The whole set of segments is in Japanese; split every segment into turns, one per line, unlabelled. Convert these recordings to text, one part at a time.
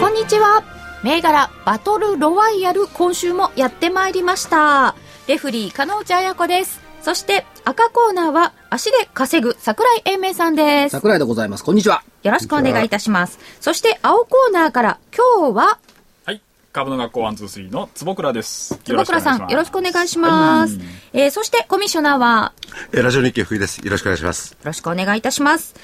こんにちは。銘柄バトルロワイヤル今週もやってまいりました。レフリー、金内彩子です。そして赤コーナーは足で稼ぐ桜井英明さんです。
桜井でございます。こんにちは。
よろしくお願いいたします。そして青コーナーから今日は
はい。株の学校ワンツースリーの坪倉です。
坪倉さんよろしくお願いします。えーそしてコミッショナーは
えーラジオ日経福井です。よろしくお願いしま す。
よろしくお願いいたします。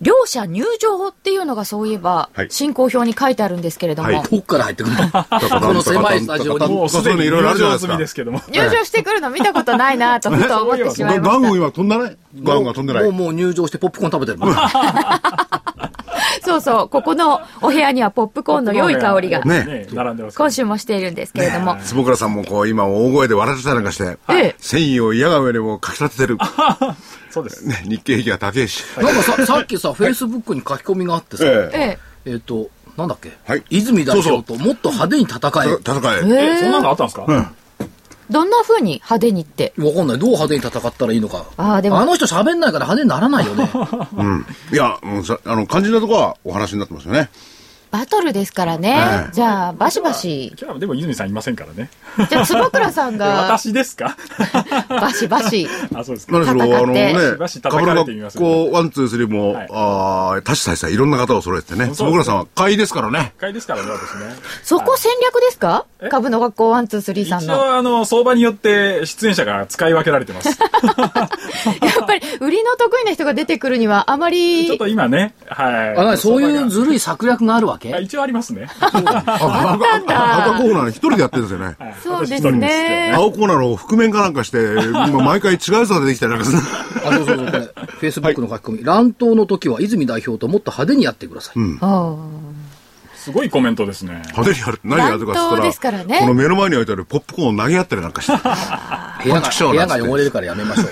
両者入場っていうのがそういえば、
はい
進行表に書いてあるんですけれども、
はい
遠くから入 ってくる。この狭いスタジオ
タカタン
に。
もうすでに
い
い
ろ
ろいろあ
いろある
る
じ
じ
ゃ
ゃな
な
いいですす
でか
か。ですけども。
入場してくるの見たことないなとふと思ってしまいま
ガ
し
ンゴン今飛んだね。ガンが飛んでない。
もうもう入場してポップコーン食べてるもん。
た。そうそう、ここのお部屋にはポップコーンの良い香りが、
ね
並んでますけど
今週もしているんですけれども、
坪倉さんもこう今大声で笑ってたりなんかして、
ええ
繊維を嫌が上にもかき立ててる。
そうです。
ね、日経平均が高いし。
なんかさ、さっきさ、フェイスブックに書き込みがあってさ、
ええ
ええ、
えっと、なんだっけ
はい
泉代表
そ
ともっと派手に戦え。わ
た戦い。
え、そんなのあったんですか
どんな風に派手にって、
かんない。どう派手に戦ったらいいのか。
あーでも
あの人喋んないから派手にならないよ ね。
うん。いや、うんさあの、肝心なとこはお話になってますよね。
バトルですからね。
ええ
じゃあ、バシバシ。
今日はでも泉さんいませんからね。
じゃあ、坪倉さん が、
私です か
バシバシ。
あ、そうですか。
何し
戦
ろ、
って
あのね
しばし、叩
株
か
の
れてみま
学
すよね
校ワン、ツー、スリーも
はい、
ああ、多種多彩いろんな方を揃えてね。
そう
坪倉さんは会員ですからね。
一回ですからね、私ね。
そこ戦略ですか
え
株の学校ワンツースリーさん
一
の。
応、あの、相場によって出演者が使い分けら れてます。
やっぱり、売りの得意な人が出てくるには、あまり、
ちょっと今ね、はい。
あ、なにそうい
相場
う
が
ずるい策略があるわ
あ
け
一応ありますね。
あ
なんだ
赤コーナー一人でやってるんですよね。
そうですね
私一人けど
青コーナーの覆面かなんかして、もう毎回違うやつが出てきたりなんかする。
あ、そうそうそう、これ。フェイスブックの書き込み。乱闘の時は泉代表ともっと派手にやってください。
あ
すごいコメントですね。
派手にやる 何やるかっつった
乱闘
ら
ですからね
この目の前に置いてあるポップコーンを投げ合ったりなんかして
部屋
こん
が、
ちくしょう
部
な
屋
んつって
が汚れるからやめましょう。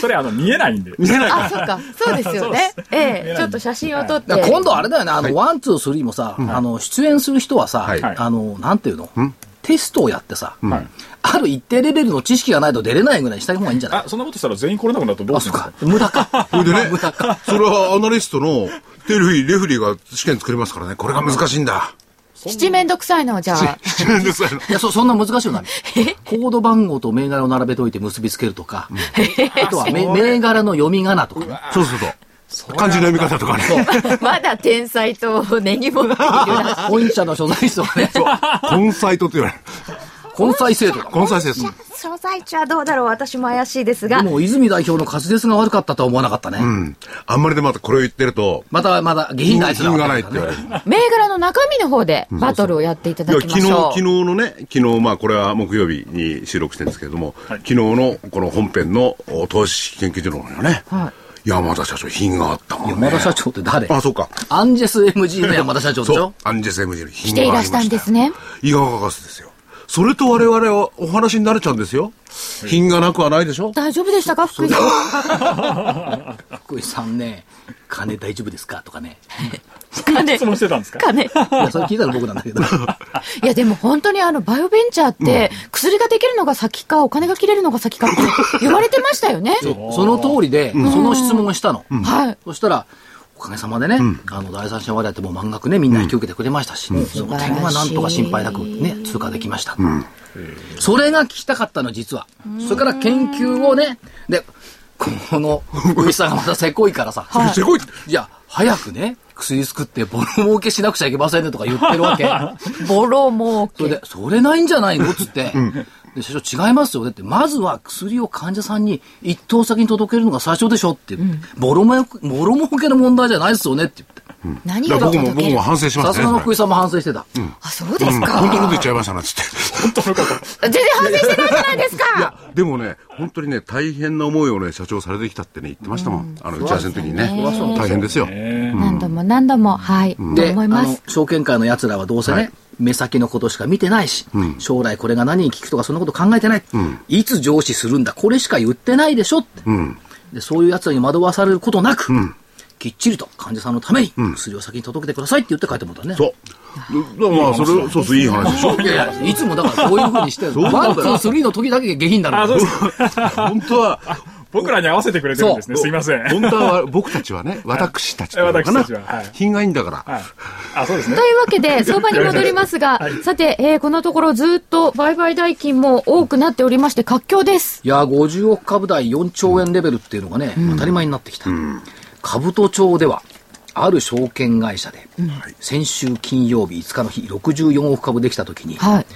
それ、あの、見えないんで。
見えない
あ、そうか。そうですよね。ええ、ちょっと写真を撮っ
だ
て
から。今度あれだよね、あの、ワン、ツー、スリーもさ、あの、出演する人はさ、
はい
あの、なんていうのテストをやってさ、
はい
ある一定レベルの知識がないと出れないぐらいにした方がいいんじゃない
あ、そんなことしたら全員来れなくなったらどう
あ、
す
そ
る
うん
です
か
か。
無駄か。
それでねそれはアナリストのテレフィーレフリーが試験作りますからねこれが難しいん だ
七面倒くさいのをじゃあ。
7年ですからね
いや、そ、そんな難しいのない。コード番号と銘柄を並べておいて結びつけるとか、あとはめ銘柄の読み仮名とか ね。
そうすると漢字の読み方とかね
まだ天才と根に持っているな。
本社の所在地とかね、
根菜とって言われる
根菜制度だ。
根菜生です
所在地はどうだろう私も怪しいですが
で。も、泉代表の滑舌が悪かったとは思わなかったね。
うんあんまりでまたこれを言ってると
また、まだ、下品
品
なやつだわ
がないって言われる
銘柄の中身の方でバトルをやっていた
い
だ
や
きま
昨日
しょ
昨
う。
日のね、昨日まあこれは木曜日に収録してるんですけれども、昨日のこの本編のお投資研究所の方にはね、
は
山田社長、品があったもんね。
山田社長って誰
あ、そうか。
アンジェス MG の山田社長でし
そ
ょ
う、アンジェス MG の品
来ていらしたんですね。
伊賀ガスですよ。それと我々はお話になれちゃうんですよ。品がなくはないでしょ
大丈夫でしたか福井さん。
福井さんね、金大丈夫ですかとかね。
金
質問してたんですか
金。
いや、それ聞いたら僕なんだけど。
いやでも本当にあのバイオベンチャーって薬ができるのが先かお金が切れるのが先かって言われてましたよね。
その通りで、その質問をしたの。
はい。
そしたら、おかげさまでね、あの、第三者割合ってもう満額ね、みんな引き受けてくれましたし、その点はなんとか心配なくね、通過できました。それが聞きたかったの、実は。それから研究をね、で、この、福井さんがまたせこいからさ、
すごい
いや、早くね、薬作ってボロ儲けしなくちゃいけませんねとか言ってるわけ。
ボロ儲
それ
け
で、。それないんじゃないのっつって。で、社長違いますよねって、まずは薬を患者さんに一等先に届けるのが最初でしょって、ボロ儲け、ボロ儲けの問題じゃないですよねって
何
だ
が
から僕も、
届
僕
ける
も反省し
言って。
ま
さ
す
す
ね。
がの
そ
福井さんも反省してた。
あそうです
れ
か。
うん本当のこと言っちゃいましたな、つって。
全然反省してないじゃないですか。
でもね、本当にね、大変な思いをね、社長されてきたってね、言ってましたもん。あの、打ち合わせの時にね。大変ですよ。
何度も何度も、はい、
で、
思い
あ
ま
の
す。、
証券会の奴らはどうせね、
はい
目先のことしか見てないし、将来これが何に効くとかそんなこと考えてない。いつ上司するんだ、これしか言ってないでしょって。
うん。
で、そういう奴らに惑わされることなく、きっちりと患者さんのために薬を先に届けてくださいって言って書いてもらったね。
そう。だまあ、それ、そうそう、いい話でしょ。
いやいや、いつもだからこういうふうにしてる
うなんだ
ワン、ツー、スリーの時だけ下品だろ
あ、
う
そうです。
本当は、
僕らに合わせてくれてるんですね。
そう
すいません。
本当は僕たちはね、私たちっていうのかな
私たちははい。
品がいいんだから。
はい。あ、そうですね
と。いうわけ で、相場に戻りますが、さて、えーこのところずっと売買代金も多くなっておりまして、活況です。
いや、50億株台4兆円レベルっていうのがね、当たり前になってきた。株都庁では、ある証券会社で、先週金曜日5日の日、64億株できたときに、
はい。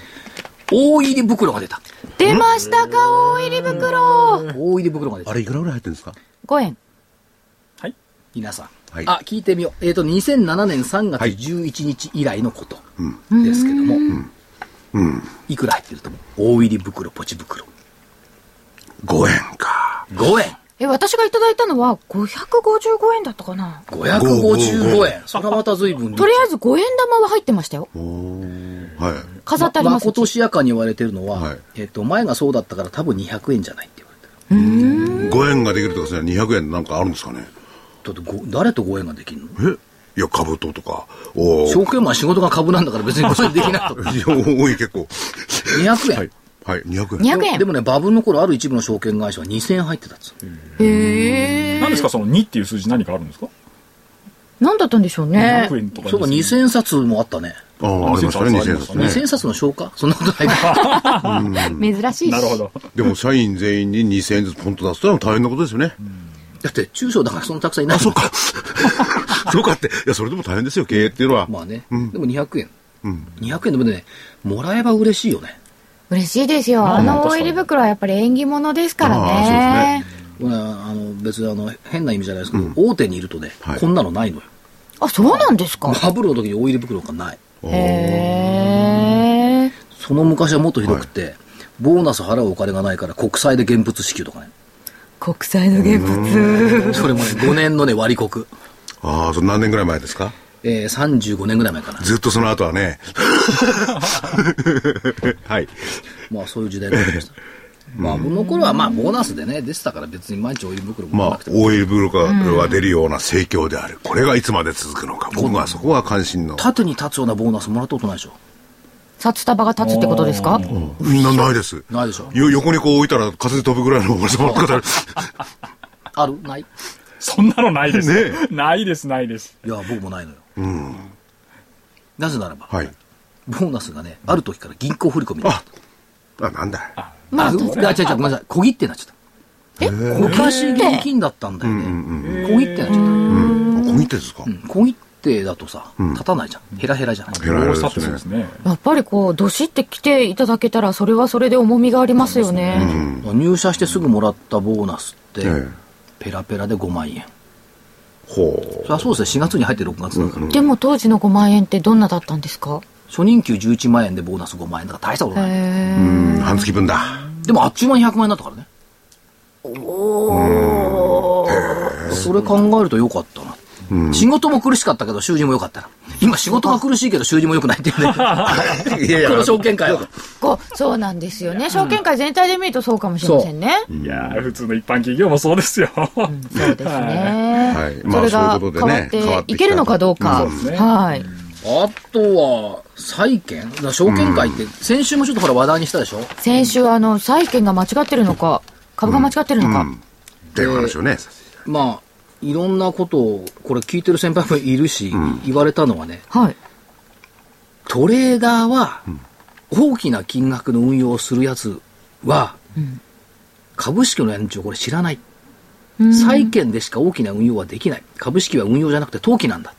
大入り袋が出た。
出ましたか、大入り袋。
大入り袋が出
あ
た。
れ、いくらぐらい入ってるんですか
5円。
皆さん。
はい
あ、聞いてみよう。えっ、と、2007年3月11日以来のことですけども、いくら入ってると思う大入り袋、ポチ袋。
?5 円か。
5円。
え、私がいただいたのは、555円だったかな。
555円。それはまた随分
とりあえず5円玉は入ってましたよ。
おーはい。
飾ってあります。
まことしやかに言われてるのは、
はい
えっと前がそうだったから多分200円じゃないって言われてる
5円ができるとかそれ200円なんかあるんですかね
だってご誰とご縁ができるの
えいや、株ととか。おー
証券マン仕事が株なんだから別にご縁できないと
いや多い結構。
200円、
はい。はい、200円。
200円
で。もねバブルの頃ある一部の証券会社は2000円入ってたっつう
へえ。
何ですか、その2っていう数字何かあるんですか
何だったんでしょうね。
?100 円とか。
そうか2000冊もあったね
ああ、ありましたね、2000円札ね。
2000冊の消化そんなことないか
珍しいし。
なるほど。
でも社員全員に2000円ずつポンと出すというのは大変なことですよね。
だって中小だからそんなたくさんいない
そう か。そうかって。いや、それでも大変ですよ、経営っていうのは。
まあね、でも200円、200円でもねもらえば嬉しいよね
嬉しいですよ。あの大入り袋はやっぱり縁起物ですから
ああ
ね。
これはあの別にあの変な意味じゃないですけど、大手にいるとね、
はい
こんなのないのよ
あ、そうなんですか。
バブルの時に大入り袋がない
へえ。
その昔はもっとひどくて、ボーナス払うお金がないから国債で現物支給とかね。
国債の現物。
それもね、5年のね、割り国。
ああ、それ何年ぐらい前ですか
えー、35年ぐらい前かな。
ずっとその後はね。はい。
まあそういう時代になりました。まあ、この頃はまあ、ボーナスでね、出てたから別に毎日お湯袋も
ま
な
あ
くて、も。
大入り袋が出るような盛況である。これがいつまで続くのか。僕はそこが関心の。
縦に立つようなボーナスもらったことないでしょ。
札束が立つってことですか
なないです。
ないでしょ。
よ横にこう置いたら風で飛ぶぐらいの重さもあったことある。
あるないい
そんなのないです。
ね
ないです、ないです。
や、僕もないのよ。なぜならば、
はい。
ボーナスがね、ある時から銀行振り込みになっ
あ、あ、なんだ。
た。あ、違う違う、ごめんなさい。小切手になっちゃった。え昔現金だったんだよね。小切手になっちゃった。
うん。小切手ですか。
小切手だとさ、立たないじゃん。ヘラヘラじゃない。
ヘラヘラ
大
で
札
す
で
ね
す。ね。
やっぱりこう、どしって来ていただけたら、それはそれで重みがありますよね。
入社してすぐもらったボーナスって、
ええ
ペラペラで5万円。
ほ
そりゃそうですね、4月に入って6月だから。
でも当時の5万円ってどんなだったんですか
初任給11万円でボーナス5万円だから大したこと
へ
ない。
う。う
え。
ん、半月分だ。
でもあっちゅう間に100万円になったからね。それ考えると良かったな。仕事も苦しかったけど収入も良かったな。今仕事が苦しいけど収入も良くないっていうね。
いやい
この証券会は。
こう、そうなんですよね。証券会全体で見るとそうかもしれませんね。
いやー普通の一般企業もそうですよ。
そうですね。
はい
それ
まあ
が
そういう
変
ことで
わ
ね変わ
っ
ってて
い
きた
け
と
るのかどうか。
うんそうですね
はい。
あとは、債券だから証券会って、先週もちょっとほら話題にしたでしょ
先週、あの、債券が間違ってるのか、株が間違ってるのか。
っていう話をね。
まあ、いろんなことを、これ聞いてる先輩もいるし、言われたのはね、
はい。
トレーダーは、大きな金額の運用をするやつは、株式の連中これ知らない。債券でしか大きな運用はできない。株式は運用じゃなくて投機なんだ。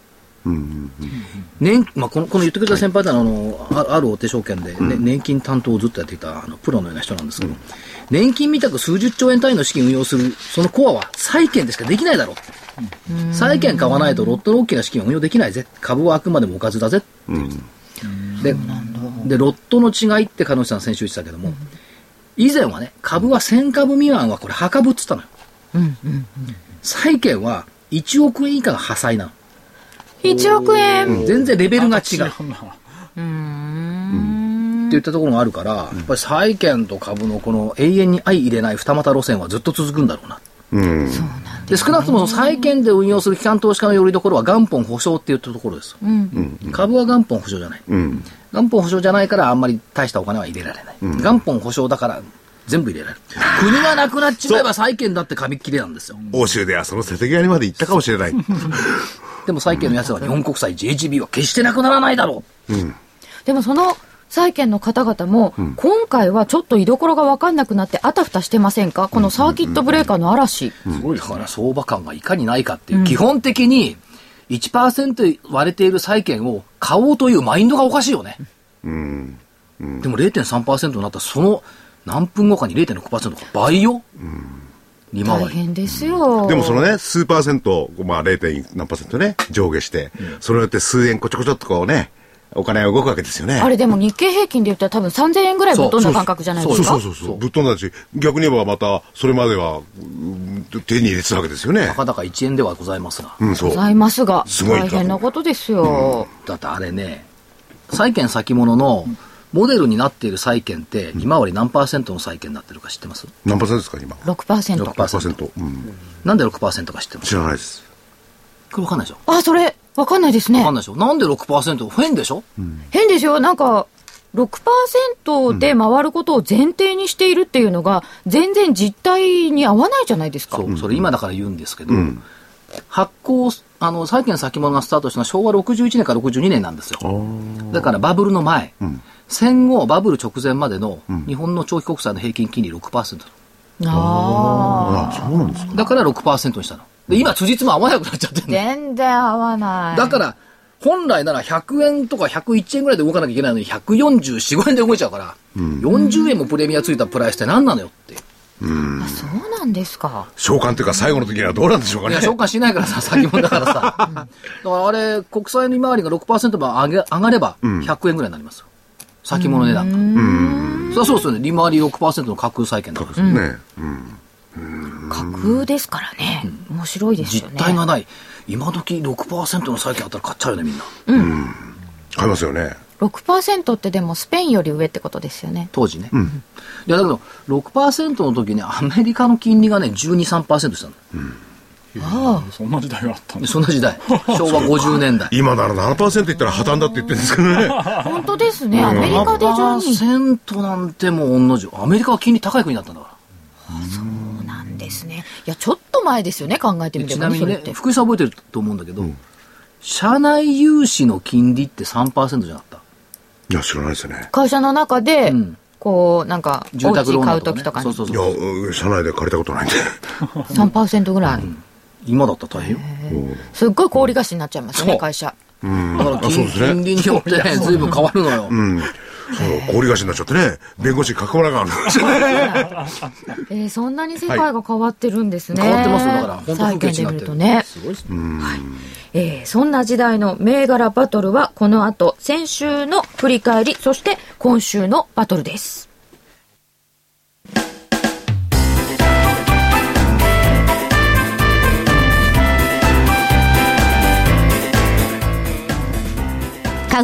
年まあ、このこの言ってくれた先輩だの、あのあある大手証券で、ね年金担当をずっとやってきたあのプロのような人なんですけど、年金みたく数十兆円単位の資金運用する、そのコアは債券でしかできないだろう、債券買わないとロットの大きな資金は運用できないぜ、株はあくまでもおかずだぜって言ってたでで、ロットの違いって、彼女さん、先週言ってたけども、以前はね、株は1000株未満はこれ破株っつったのよ。債券は1億円以下が破砕な
1億円。
の。全然レベルが違う。
うな。
って言ったところがあるから、やっぱり債券と株のこの永遠に相入れない二股路線はずっと続くんだろうな。
うん。
で少なくともその債券で運用する機関投資家のよりどころは元本保証って言ったところですよ、株は元本保証じゃない、
うん。
元本保証じゃないからあんまり大したお金は入れられない、元本保証だから全部入れられる国がなくなっちまえば債券だって紙切れなんですよ
欧州ではその瀬戸際にまで行ったかもしれない。
でも債券のやつは日本国債 JGB は決してなくならないだろ
でもその債券の方々も、今回はちょっと居所が分かんなくなってあたふたしてませんかこのサーキットブレーカーの嵐。
う、だから相場感がいかにないかっていう、基本的に1%割れている債券を買おうというマインドがおかしいよね、
うん。
でも0.3%になったらその何分後かに0.6%か倍よ、利回
大
り
変ですよ。
でもそのね、数パーセント、まあ 0. 何パーセントね、上下して、それによって数円こちょこちょっとこうね、お金が動くわけですよね。
あれでも日経平均で言ったら多分3000円ぐらいぶっ飛んだ感覚じゃないで
そ
す
う
か
そうそうそう。ぶっ飛んだし、逆に言えばまた、それまでは、うん手に入れてたわけですよね
た。かだか1円ではございますが、
うん、そう
ご。ざいますが、
すごい
大変なことですよ。
だってあれね債券先物のモデルになっている債券って利回り何パーセントの債券になってるか知ってます
何パーセントですか、今。
6%。
6%
パーセント。うん。
なんで6%か知ってます
知らないです。
これ分かんないでしょ
あ、それ、わかんないです
分
ね
かん。ないでしょなんで6%変でしょ、
変ですよ。なんか、6%で回ることを前提にしているっていうのが、全然実態に合わないじゃないですか
そ。うそれ今だから言うんですけど、発行あの債券先物がスタートしたのは昭和61年から62年なんですよだからバブルの前、戦後バブル直前までの日本の長期国債の平均金利6%、
ああ。
あそうなんですか。
だから6%にしたので今辻褄合わなくなっちゃってるの
全然合わない。
だから、本来なら100円とか101円ぐらいで動かなきゃいけないのに、144、5円で動いちゃうから、40円もプレミアついたプライスって何なのよって。い
あ、そうなんですか。
召喚というか、最後の時にはどうなんでしょうかね
や、。消化しないからさ、先物だからさ。 だからあれ、国債の利回りが6%も上げ上がれば、100円ぐらいになりますよ。先物値段が。そりゃそうですよね。利回り6%の架空債券だから。
ね。
架空ですからね。面白いですよ
実
ね。
態がない。今時6%の債券あったら買っちゃうよね、みんな。
買いますよね。
6%ってでもスペインより上ってことですよね。
当時ね。いや、だけど、6%の時ね、アメリカの金利がね、12、3%したの。
そんな時代があったんで す
そんな時代。昭和50年代。
今なら7%いったら破綻だって言ってるんですけどね。
本当ですね。アメリカで12
7%なんてもう同じ。アメリカは金利高い国だったんだか
なんですね。いや、ちょっと前ですよね、考えて
ら。
みれ
ち
ば
なみ
ね、そ
に
れ
ね
っ、て。
福井さん覚えてると思うんだけど、社内融資の金利って3%じゃなかった。
いや、知らないですよね。
会社の中で、
ん
こう、なんか、お
住宅
家
ローン
買
だ
う
と
と
か、ね
きとか
そ
に
うそうそ
いや
う。、
うん社内で借りたことないんで。
3%ぐらい。
今だったら大変よ。
すっごい氷菓子になっちゃいますよね、
そう
会社。
だから
あそう
金
ですね
金利によってね、随分変わるのよ。
うん。そう、氷菓子になっちゃってね。弁護士に囲まれながら。
えー、そんなに世界が変わってるんですね。
変わってますよだから本当
債
風景
券
地
で
になっ
見
て
る
る
とね。
すごいですね。
えーそんな時代の銘柄バトルは、この後、先週の振り返り、そして今週のバトルです。
花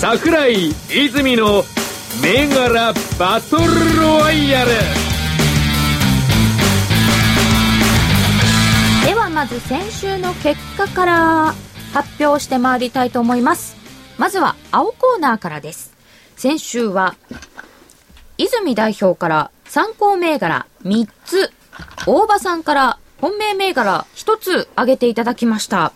桜井泉の銘柄バトルロワイヤル
ではまず先週の結果から発表してまいりたいと思いますまずは青コーナーからです先週は泉代表から参考銘柄3つ大場さんから本命銘柄1つ挙げていただきました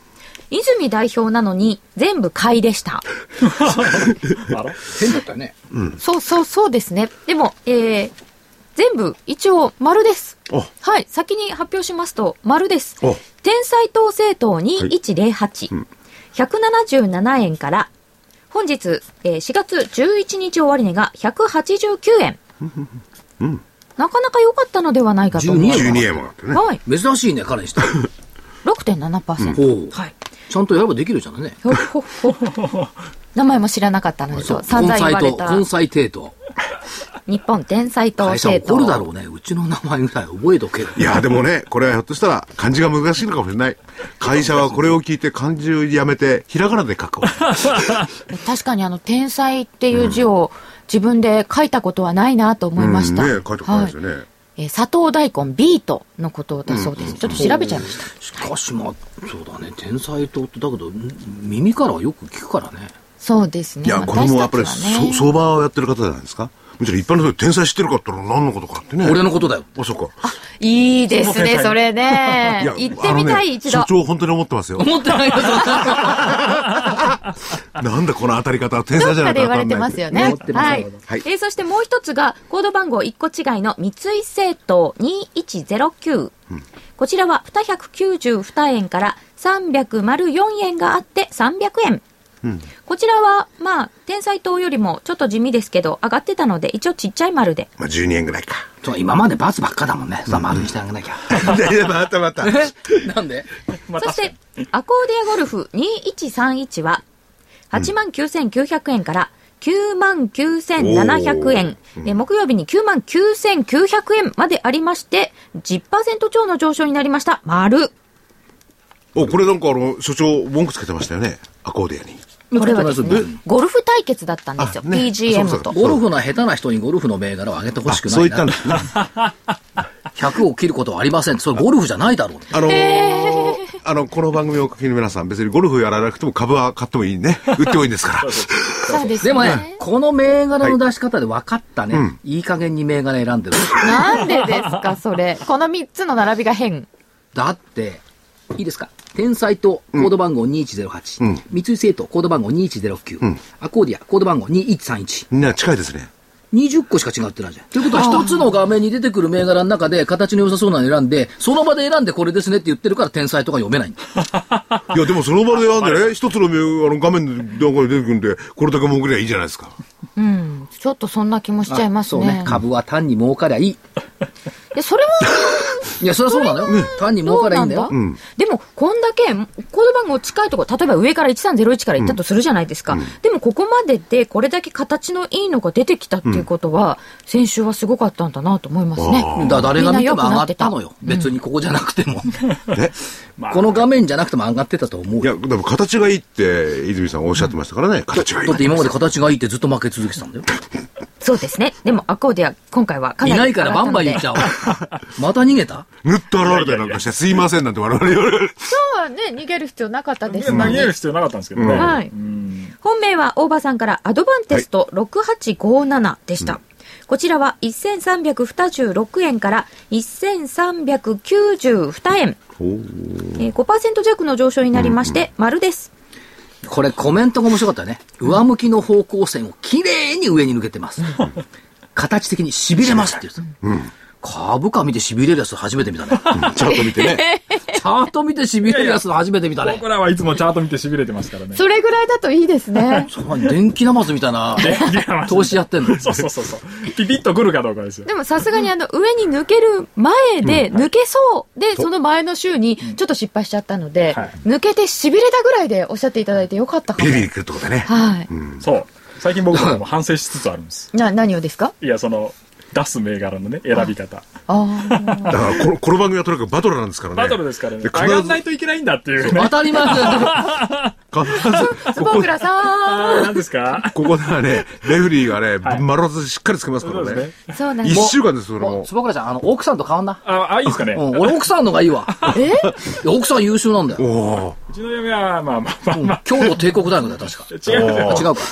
泉代表なのに全部買いでした
あら
変だったよね。
そうそうそうですね。でも、えー、全部一応丸です
お。
はい、先に発表しますと丸です
お。
天才党政党2108、177円から、本日、えー4月11日終値が189円。 なかなか良かったのではないかと思います。
12
12円もあってね。
はい、
珍しいね、彼にして。
6.7%。
ほう
はい。
ちゃんとやればできるじゃんね。
ほ ほほ名前も知らなかったので、そう散々言われた
根、菜帝と。
日本天才党
会社
政党。
怒るだろうね。うちの名前ぐらい覚えとけよ。
いや、でもね、これはひょっとしたら漢字が難しいのかもしれない。会社はこれを聞いて漢字をやめて、ひらがなで書こう。
確かにあの天才っていう字を自分で書いたことはないなと思いました。
うんね書いたことないですよね
はえー佐藤大根ビートのことだそうです。ちょっと調べちゃいました。
しかしまあ、そうだね。天才党って、だけど、ん耳からはよく聞くからね。
そうですね。
いや、これもやっぱり、
私たちはね
そ相場をやってる方じゃないですか。むしろ一般の人で天才知ってるかって言ったら何のことかってね。
俺のことだよ。
あ、そっか。
いいですね、それね
い。や
行ってみた
あのね
い、一度
所。長本当に思って ますよ。
思ってないよ、そんな
なんだこの当たり方は天
ど
才
っ
じゃな
か
い
で言
と当
わ
た
れ
んな
て
い
ますよね。はい。
はい
えーそしてもう一つが、コード番号1個違いの三井製糖2109。こちらは292円から304円があって300円。こちらは、まあ、天才糖よりもちょっと地味ですけど、上がってたので、一応ちっちゃい丸で。
まあ12円ぐらいか。
そう今まで罰ばっかだもんね。さあ、丸にしてあげなきゃ。
いやいや、またまた。
なんで
ま
そ
た
して、アコーディアゴルフ2131は、89,900円から99,700円、え木曜日に99,900円までありまして、10%超の上昇になりました。丸。
お、これなんかあの、所長文句つけてましたよね。アコーディアに。
これはですね
え、
ゴルフ対決だったんですよ。
あねあそう
BGM
か
と。
ゴルフの下手な人にゴルフの銘柄を上げてほしくないな。
そう言ったんだ。
100を切ることはありません。それゴルフじゃないだろうね。
あのー、あの、この番組をお聞きの皆さん、別にゴルフやらなくても株は買ってもいいね。売ってもいいんですから。
そうです
でも
ね。
ね、この銘柄の出し方で分かったね。い、い加減に銘柄選んでる。
なんでですか、それ。この3つの並びが変。
だって、いいですか天才とコード番号2108、
うん
三井政党コード番号2109、
ん
アコーディアコード番号2131、
みんな近いですね。
20個しか違ってないじゃん。ということは一つの画面に出てくる銘柄の中で形の良さそうなの選んで、その場で選んでこれですねって言ってるから天才とか読めないんだ。
いや、でもその場でやんでね、一つの目あの画面でなんか出てくるんで、これだけ潜りゃいいじゃないですか。
うん。ちょっとそんな気もしちゃいます
そうね
ね。。
株は単に儲かりゃいい。
でそれは、
いや、そりゃそうなのよ。単に儲
どう
かりゃいい
なん
んだよ
だ。でも、こんだけ、コード番号近いところ、例えば上から1301から行ったとするじゃないですか。でも、ここまでで、これだけ形のいいのが出てきたっていうことは、先週はすごかったんだなと思いますね。
だ誰が見て
みんな良
も
く
上が
な
っ
って
た
た
のよ。別にここじゃなくても。
ね。
まあ
この画面じゃなくても上がってたと思う
いや、
よ。
でも形がいいって、泉さんおっしゃってましたからね。形がいい
だ。って今まで形がいいってずっと負け続けてたんだよ。
そうですね。でも、アコーディア、今回はか
い
なり
ないからバンバン言っちゃおう。また逃げた
ぬっと現れたりなんかして、すいませんなんて我々言われ
今
る。
日はね、逃げる必要なかったで
投げる必要なかったんですけどね。
はい
うん
本命は大場さんからアドバンテスト6857でした。こちらは1326円から1392円。えー、5%弱の上昇になりまして、丸です。
これコメントが面白かったよね。上向きの方向線をきれいに上に抜けてます。形的に痺れますって言うんですよ株価見て痺れるやつ初めて見た ね。
チャート見て ね。
チャート見て痺れるやつ初めて見たね。。
僕らはいつもチャート見て痺れてますからね。
それぐらいだといいですね
そこは電気ナマズみたいな投資やってん の。
そうそうそうそう。ピピッと来るかどうかですよ。
でもさすがにあの上に抜ける前で抜けそうでその前の週にちょっと失敗しちゃったので
はい
抜けてしびれたぐらいでおっしゃっていただいてよかったか
ビ
も
リビリ来るとこでね。
はい
そう。最近僕らも反省しつつあるんです。
な何をですか
いや、その、出す銘柄のね、選び方。
あ あ
だからこの、この番組はとにかくバトルなんですからね。
バトルですからね。
で
上
必ず
がんないといけないんだっていうね。
当たり前だよ。
必ず、ここ
坪倉さん
あー何ですか
ここではね、レフリーがね、
はい
丸ずしっかりつけますか
そう
ら
です
ね
ね。。
そうなんで
一
す
週間で す、それ
も
も
う、。坪倉ちゃん、あの、奥さんと変わんな。
あ、あいいですかね。
うん、
う
俺奥さんのがいいわ。え奥さん優秀なんだ
お
よ。
お
ちの嫁は、まあまあまあまあ。
京都帝国大学だよ、確か。
違うじゃん
あ 違うか。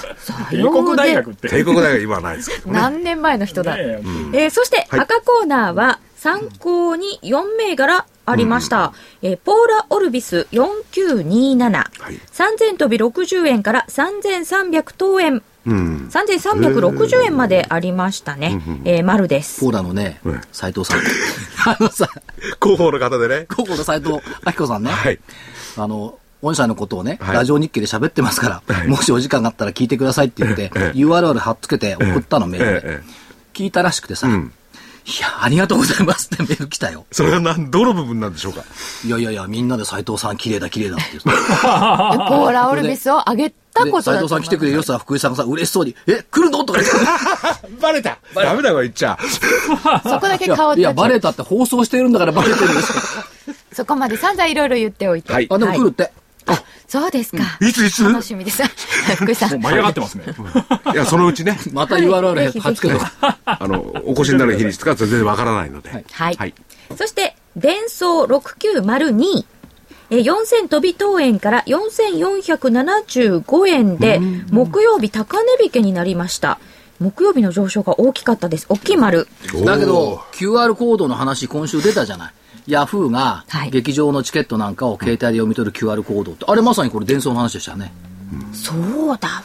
帝国大学って。
ー。帝国大学今はないですけどね。
何年前の人だ
ねえ
えーそして
はい
赤コーナーは参考に4銘柄ありました、えーポーラ・オルビス4927、
はい
3000飛び60円から3300等円
うん。
3360円までありましたね、えー丸です
ポーラのね
うん、
斎藤さん。あのさ、
広報の方でね。
高校の斎藤明子さんね。
はい。
あの、御社のことをね、
はい
ラジオ日記で喋ってますから、
はい
もしお時間があったら聞いてくださいって言って、
ええ
URL 貼っつけて送ったの、
え
メ
え
ール
え
で
え。
聞いたらしくてさ、
うん
いや、ありがとうございますって メール来たよ。
それは何、どの部分なんでしょうか。
いやいやいや、みんなで斎藤さん綺麗だ綺麗だって 言って。
ポーラ・オルビスを上げた
で
こと
斎
だ
藤
と
さん
思い
来
ます
てくれるよさ、福井さんがさ、嬉しそうに、え、来るのとか言って。
バレたダメだこれ言っちゃ。
そこだけ
い
顔
や、い
出
や
て
バレたって放送してるんだからバレてるんですよ。
そこまで散々いろいろ言っておいて。
はい
あ、でも来るって。
そうですか。
いついつ
楽しみです。 福井さ。
もうん舞い上がってますね。
いや、そのうちね、
また URL 貼っつけとか。
あの、お越しになる日にちとか全然わからないので。
はい、
はい。
そして伝送6902えー4000飛び当円から4475円で木曜日高値引けになりました木曜日の上昇が大きかったです大きい丸
だけ
お
ど
ー、、
QR コードの話、今週出たじゃない。ヤフーが
はい
劇場のチケットなんかを携帯で読み取る QR コードって、あれまさにこれ、伝送の話でしたよね。
そうだわ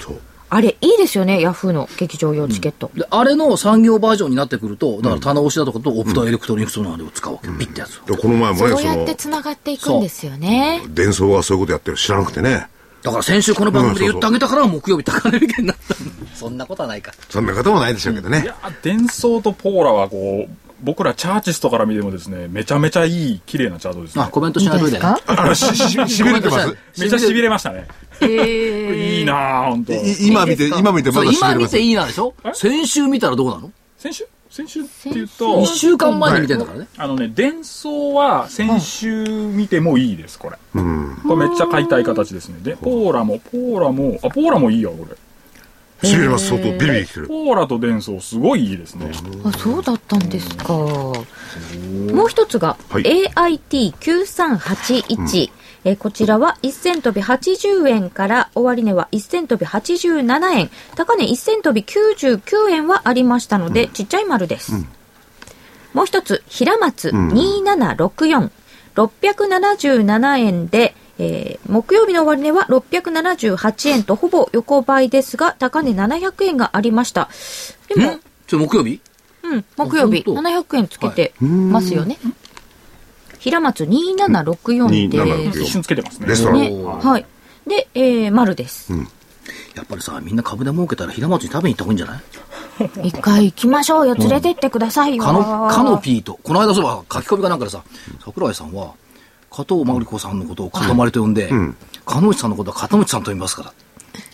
そう。
あれいいですよねヤフーの劇場用チケット、
で、あれの産業バージョンになってくると、だから棚押しだとかとオプトエレクトロニクスのあれを使うわけ、ピッてやつを。
でこの前も
そうやっ
ね、
て繋がっていくんですよね
そ。の、伝送がそういうことやってる知らなくてね、
だから先週この番組で言ってあげたから、木曜日高値引けになったの。そんなことはないか。
そんな方もないでしょうけど
い
ね
や。ー、伝送とポーラはこう、僕らチャーチストから見てもですね、めちゃめちゃいい、綺麗なチャートですね
あ、。コメントしないといでね。
あ の、し、し、しびれて
ごめんな
ます
さ。
めちゃ痺れましたね。いいなぁ、ほんと。
い今見て、今見てま
そう
だしび
今
れま
見
す
て。いいなんでしょ先週見たらどうなの
先週先週っていうと
?1、週間前に見てんだからね。
あのね、伝送は先週見てもいいです、これ。これめっちゃ買いたい形ですね。で、ポーラも、ポーラも、あ、ポーラもいいよ、これ。
しびれます、相当。ビリビリ来てる。
ポーラと伝送、すごいいいですね。
あそうだったんですかもう一つが、
はい
AIT9381、えーこちらは1000飛び80円から終値は1000飛び87円高値1000飛び99円はありましたので、ちっちゃい丸です、もう一つ平松2764、677円で、えー木曜日の終値は678円とほぼ横ばいですが高値700円がありましたでも
んそれ木曜日
うん、木曜日
あ本
700円つけてますよね。平松2764で
2764
一瞬つけてますね
レ。スト
す
ラ
ね
ン。。
はい。で、えー、丸です。
やっぱりさ、みんな株で儲けたら平松に食べに行った方がいいんじゃない
一回行きましょうよ。連れてってくださいよ。
カノカノピーと、この間そういえば書き込みかなんかでさ、桜井さんは、加藤真理子さんのことを塊と呼んで、加納内さんのことは片内さんと呼びますから、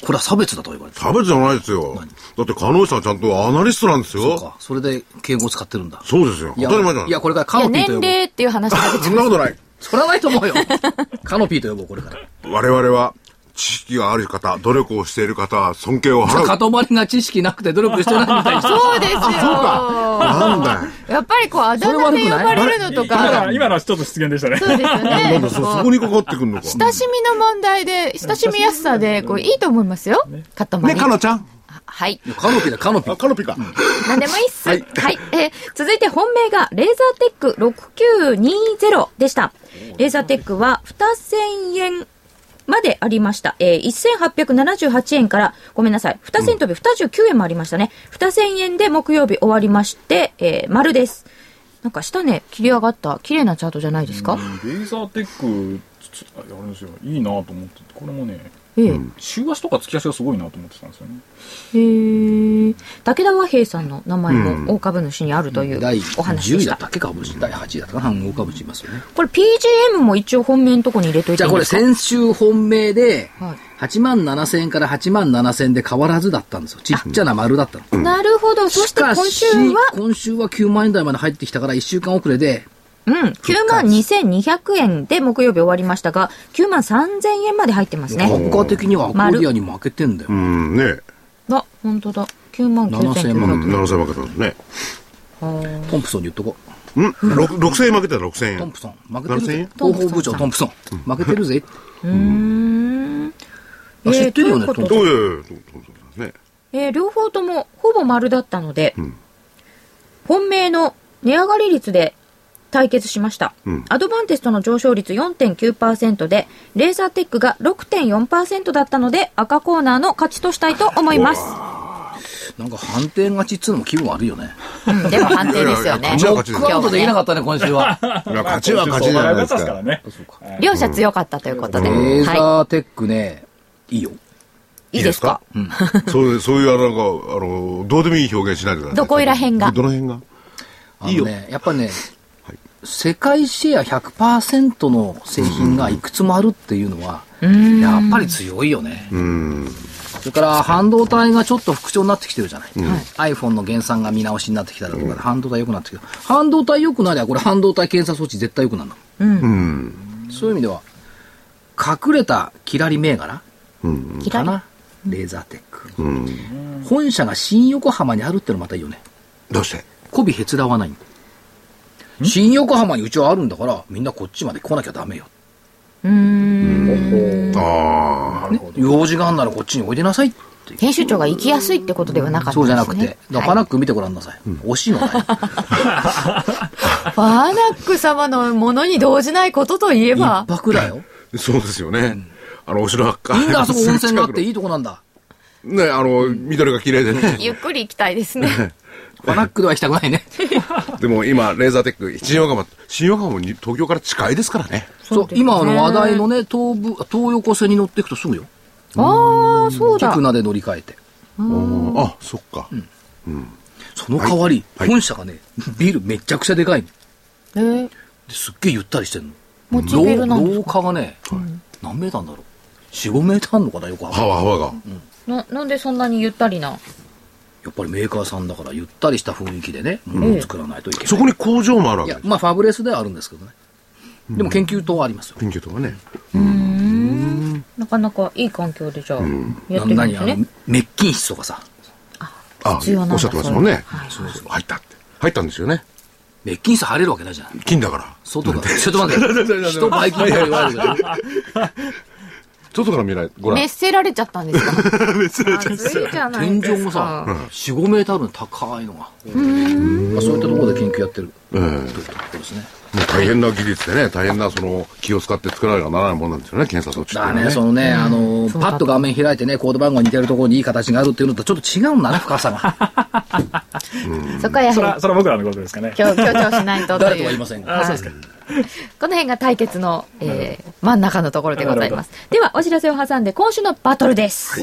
これは差別だと言われてた。
食べてじゃないですよ。だって、加納さんちゃんとアナリストなんです
そう
よ
か。。それで敬語を使ってるんだ。
そうですよ。
い
当
や
たり前じゃない
いや、これから
い
カ
や、
ノピーと呼
年
ぼう。
齢っていう話が出て
そんなことない。
それはないと思うよ。 カノピーと呼ぼう、これから。
我々は、知識がある方、努力をしている方、尊敬を払う。
加藤真理が知識なくて努力してないみたいに。
そうですよ。
なんだよ。
やっぱりこう、あだ名で呼ばれるのと
今の
か
は、、今のはちょっと失言でしたね。
そうですよ
なん
ね
だ、。そ、そこにかかってくんのか。
親しみの問題で、親しみやすさで、こう、いいと思いますよ。かたま
ね、
り。
かなちゃん。
はい。
カノピーだ、カノピー
あ、。カノピか。
何でもいいっす。
は
はいい。えー続いて本命が、レーザーテック6920でした。レーザーテックは2000円までありました。えー、1878円から、ごめんなさい、2千飛び29円もありましたね。2千円で木曜日終わりまして、えー、丸です。なんか下ね、切り上がった、綺麗なチャートじゃないですか、
レーザーテックつつあれですよいいなと思っててこれもね
ええ
週足とか月足がすごいなと思ってたんですよね
へー武田和平さんの名前も大株主にあるという
第
お話で
10位
し
だ
た。
ったっけ株式第8位だったかな半合株式いますよね
これ PGM も一応本命のとこに入れとい
じ
て
ゃあ
いい
こ
んで
れ
すか
先週本命で
はい
8万7000円から8万7000円で変わらずだったんですよちっちゃな丸だったの
なるほど。そして今週は、
今週は9万円台まで入ってきたから1週間遅れで
うん、9万2200円で木曜日終わりましたが、9万3000円まで入ってますね。
株価的にはアコーディアに負けてんだよ
うんね
あ、本当だ。9万
7000円
う
ま
9900
ん
円。
7000負けたんですね
トンプソンに言っとこう
うんろく6000円負けた6000
トン
円
プソン負けてる
7000
ぜ
円
広報部長トンプソン負けてるぜ
うーん。
あ知ってるよね
えーということ
トンプソ
で
どういうことね
えー両方ともほぼ丸だったので、本命の値上がり率で対決しました、
ん
アドバンテストの上昇率4.9%でレーザーテックが6.4%だったので赤コーナーの勝ちとしたいと思います、
なんか判定勝ちっつうのも気分悪いよね
うんでも判定ですよね
い。やいや
ノ
勝ち
ックアウトできなかったね今週は
いや勝ちは勝ちじゃないです
そう
か
長かったですからね
両者強かったということで。
レーザ
は
ーテックねいいよ
い。いいですか
いいですかそういうそういうあのなんかあのどうでもいい表現しないでください
どこいら辺が
どの辺が
あのね、やっぱね、世界シェア100%の製品がいくつもあるっていうのは、やっぱり強いよね。
うん
それから半導体がちょっと復調になってきてるじゃない。iPhone の減産が見直しになってきたらとかで、半導体良くなってきた。半導体良くなりゃ、これ半導体検査装置絶対良くなるの。
うん
そういう意味では、隠れたキラリ銘柄
うん
かな。レーザーテック。
うん
本社が新横浜にあるってのまたいいよね。
どうして
媚びへつらわないんだ新横浜にうちはあるんだから、みんなこっちまで来なきゃダメよ。
あ
ね、用事があんならこっちにおいでなさいっていう
編集長が行きやすいってことではなかった
そ
ん
う
です
じゃ
ね。
なくて、だからパナック見てごらんなさい。惜しいのない。
バーナック様のものに動じないことといえば
一、泊だよ。
あそうですよねあのお城発火
みんなあそこ温泉があっていいとこなんだ。
ねあの緑が綺麗でね
ゆっくり行きたいですね。
パナックでは行きたくないね。
でも今レーザーテック一横浜新横浜もに東京から近いですからね
そう、今あの話題のね、東部、東横線に乗っていくとすぐよ。
ああそうだ
菊名で乗り換えて。
あそっか
その代わり、
はい
本社が ね、ビルめちゃくちゃでかいの。
えー
ですっげえゆったりしてんの。
モチベルなんです
廊廊下がね、何メーターなんだろう。4、5メーターあんのかな、よくわかんない
ハワハワが
ななんでそんなにゆったりな
やっぱりメーカーさんだから、ゆったりした雰囲気でね、ものを作らないといけない。
そこに工場もあるわ
い
け
や
で、
まあ、ファブレスではあるんですけどね。でも研究棟はありますよ。
研究とかね
なかなかいい環境でじゃあや
な
ってるんで
何
す
あの
ね、
滅菌室とかさ、
あおっ
必要なんだ
しゃってますもんね
はい
そうそう入ったって入ったんですよね
滅菌室入れるわけないじゃない。
金だから
外から。ちょっと待 って、人ばい菌とか言われるけど、
外から見ないご覧
滅せられちゃったんですか
暑いじゃない
天
で
井
す
もさ
か、
4、5メーターあるの高いのが。まあ、そういったところで研究やってる。
ええ
というところですね。
大変な技術でね大変なその気を使って作らなきゃならないもんなんですよね検査装置
だから
っていう
ね、そ
の
の
は
ね、あの、パッと画面開いてね、コード番号に似てるところにいい形があるっていうのとちょっと違うんだね、深さが。
そこはや
それ
は
はそれは僕らのことですかね
り強強調しないとと
誰とは
いう
言いませんが。
あそうですか
この辺が対決の、えー、真ん中のところでございます。では、お知らせを挟んで、今週のバトルです。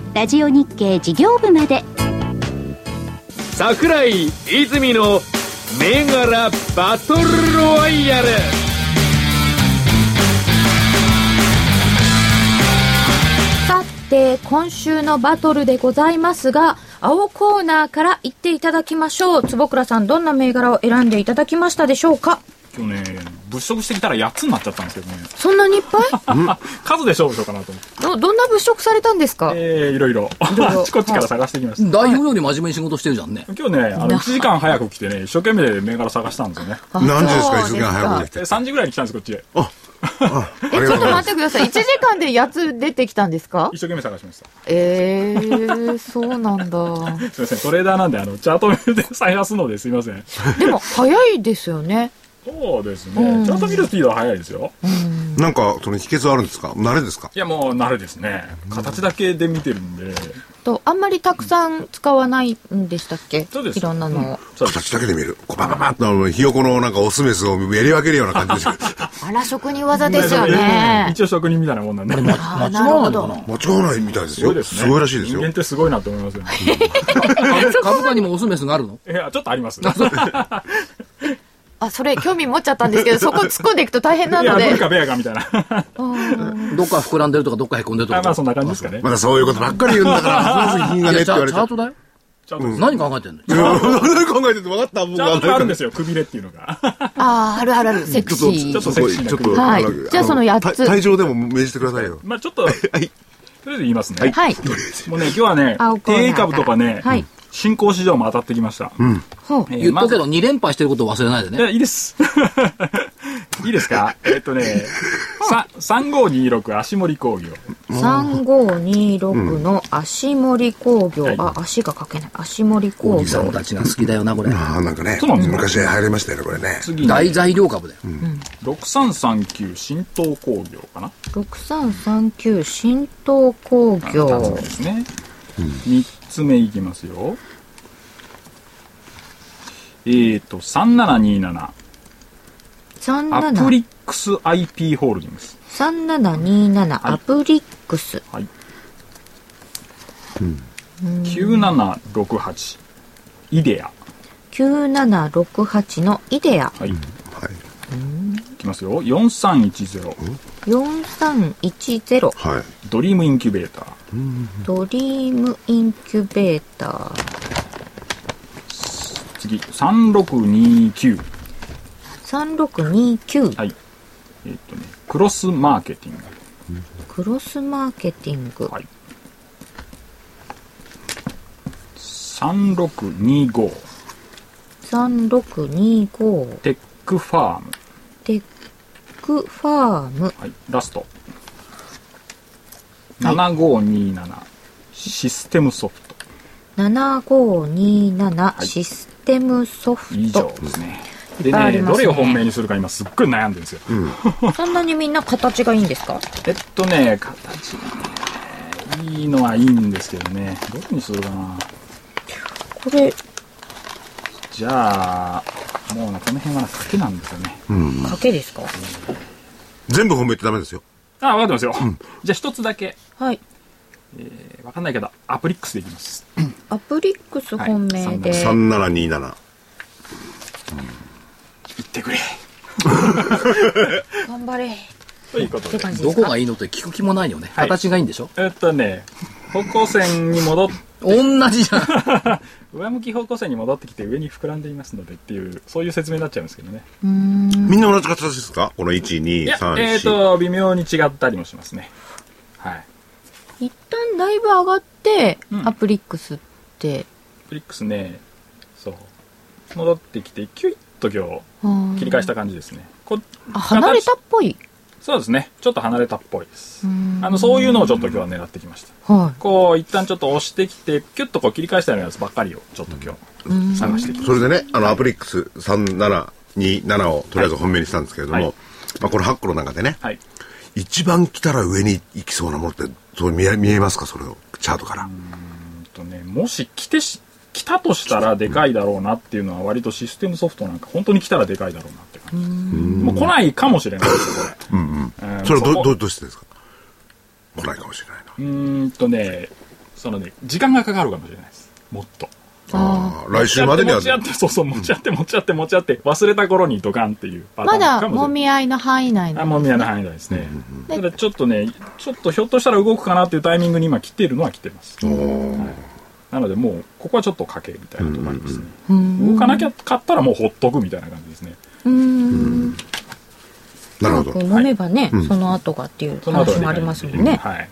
ラジオ日経事業部まで
桜井泉の銘柄バトルロワイヤル
さて今週のバトルでございますが青コーナーから行っていただきましょう坪倉さんどんな銘柄を選んでいただきましたでしょうか
今日ね物色してきたら8つになっちゃったんですけどね
そんなにいっぱい
数で勝負しようかなと思って
どどんな物色されたんですか
えー、いろいろあ ちこちから探してきました、
代表より真面目に仕事してるじゃんね。
今日ねあの1時間早く来てね一生懸命銘柄探したんですよね
何時ですか、一
そう
時間早くでき
で
て。
3時ぐらいに来たんですこっちへ
あ
え、
り
ち
が
ょ
とうご
っと
ざい
待
ま
っ
す。
てください。1時間でやつ出てきたんですか
一生懸命探しました
えー、そうなんだ。
すいませんトレーダーなんであのチャート見で探すのですいません
でも、早いですよね。
そうですねチャート見るスピードは早いですよ
なんか、その秘訣あるんですか慣れですか
いやもう慣れですね形だけで見てるんで
と、あんまりたくさん使わないんでしたっけ
そうです
いろんなのを。
そうです
形だけで見る。こうバババッとあの、ひよこのなんかオスメスをやり分けるような感じ で
あら、職人技ですよ
うん
ね。
一応職人みたいなもんなんで
あなるほど。
間違わないみたいです
すご
よ
い。ですね
すごいらしいですよ
人間っ。てすごいなと思いますよね
株価にもオスメスがあるの
いやちょっとあり ます
あ、それ、興味持っちゃったんですけど、そこ突っ込んでいくと大変ない
や
の
どれ
で。
かベアかみたいなあ
どっか膨らんでるとかどっか凹んでるとか。
まあそんな感じですかね
まだそういうことばっかり言うんだ から、その品が
い
ね
や
って
チャ
言われ
チ
て。
ャートだよ。
ちゃんと
何考えてんの
いや何考えてて分かった僕
ちゃん とあるんですすよ、くびれっていうのが。
ああ、あるあるある。セクシ
ちょ
ー
っ。とセクシーな
ちょっと、
はい
あの
じゃあそのやつ
た退場でも命じてくださいよ。
まあちょっと、とりあえず言いますね。
はい。
もうね、今日はね
青、コーナー
定位株とかね
はい、
新興市場も当たってきました。うん。
言っとくけど、2連敗してること忘れないで
いや、
ね。
いいです。 いいですかえっとね、さ3526足盛工業。
3526の足盛工業、
はい
あ足が書けない足盛
お
工
じさ
業
んたちが好きだよな、これ。
ああ、なんかね
そうなんです、よ
昔入りましたよね、これね。
次に、
大材料株だよ。
6339新東工業かな
6339新東工
二つ
業
目ですね。三つ目いきますよ。えっと、3727アプ
3727
リックス IP ホールディングス。
アプリックス
はい。九七六八イデア。
9768のイデア
はい。い
はい。
きますよ。四三一ゼロ
4310
はい。
ドリームインキュベーター。
ドリームインキュベーター
次三六二九。
3629
はい。えっとねクロスマーケティング。
クロスマーケティング
はい。三六二五
3625
テックファーム。
テックファーム
はい。ラスト。七五二七システムソフト。
7527システムソフ
以上
ト
ですね。
いっ
で
ぱいあ
ね
ります
ど
ね
れを本命にするか今すっごい悩んでるんですよ。
そんなにみんな形がいいんですか
えっとね、形がね、いいのはいいんですけどね、どれにするかな。
これ
じゃあ、もうね、この辺は賭けなんですよね。
賭けですか
全部本命ってダメですよ。
あ、わかってますよ。じゃあ一つだけ、
はい
えーわかんないけど、アプリックスでいきます。
アプリックス本命で、
3727。
言ってくれ。
頑張れっ
ということ
て
で。
感じで
ど
すか
こがいいのって聞く気もないよね。
はい
形がいいんでしょ
えっとね、方向線に戻っ、
同じじゃん。
上向き方向線に戻ってきて上に膨らんでいますのでっていう、そういう説明になっちゃいますけどね。
みんな同じ形ですかこの1、
い
2、
や、
3、
えっ、
4。
と、微妙に違ったりもしますね。はい。
一旦だいぶ上がって
う、ん
アプリックスって。
アプリックスね、そう。戻ってきてキュイッと今日切り返した感じですねこ
あ離れたっぽい
そうですねちょっと離れたっぽいですあのそういうのをちょっと今日は狙ってきました
は
こう一旦ちょっと押してきてキュッとこう切り返したようなやつばっかりをちょっと今日探してきまし
それでね、あの、アプリックス3727をとりあえず本命にしたんですけれども、
はい
まあ、この8個の中でね、
たはい
一番来たら上に行きそうなものって、そう見え見えますか、それを、チャートから。
えっとねもし来てし来たとしたらでかいだろうなっていうのは割とシステムソフトなんか本当に来たらでかいだろうなって感じもう来ないかもしれないですよこれうん
それは
こ
ど、ど、どうしてですか来ないかもしれないうな。
ーんとねそのね時間がかかるかもしれないですもっと
あー来週までには
持、ち合って持ち合ってそうそう持ち合って持ち合って持ち合って忘れた頃にドカンっていうパター
ま
ン
だ
か
も
もしれない
み合いの範囲内
あ
の
もみ合いの範囲内ですね、ただちょっとねちょっとひょっとしたら動くかなっていうタイミングに今来てるのは来てます、はいなのでもうここはちょっと賭けみたいなとこありますね、動かなきゃ買ったらもうほっとくみたいな感じですね
なるほ
こう
ど。
飲めばね、その後がっていう
その後は
話もありますもん
で
ね。
かいはい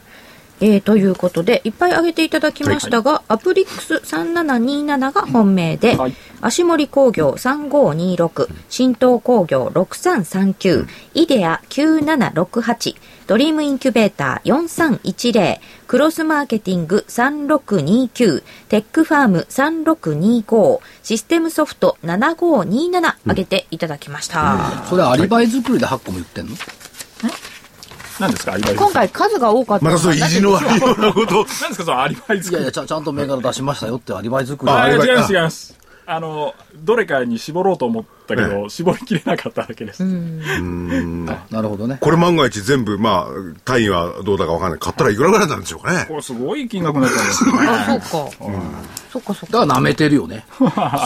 えーということで、いっぱい挙げていただきましたが、アプリックス3727が本命で、
はい
足盛工業3526、新東工業6339、イデア9768、ドリームインキュベーター4310、クロスマーケティング3629、テックファーム3625、システムソフト7527挙げていただきました。
それはアリバイ作りで8個も言ってんの、
何ですかアリバイ
今回数が多かった
ま
の
た
は
そういう意地の悪いようなこと
何
を。
ですかそのアリバ
い
イ
や
作
い
り
やちゃんちゃんと銘柄出しましたよってアリバイ作り
あ
あ
ア
違
リ
い
バイ
ます違いますあのどれかに絞ろうと思ったけど、絞りきれなかっただけです、
なるほどね
これ万が一全部、まあ、単位はどうだかわかんない。買ったらいくらぐらいなんでしょうかね
こ。れすごい金額になったんですよね
あ、そうか。そっかそっか。
だから舐めてるよ ね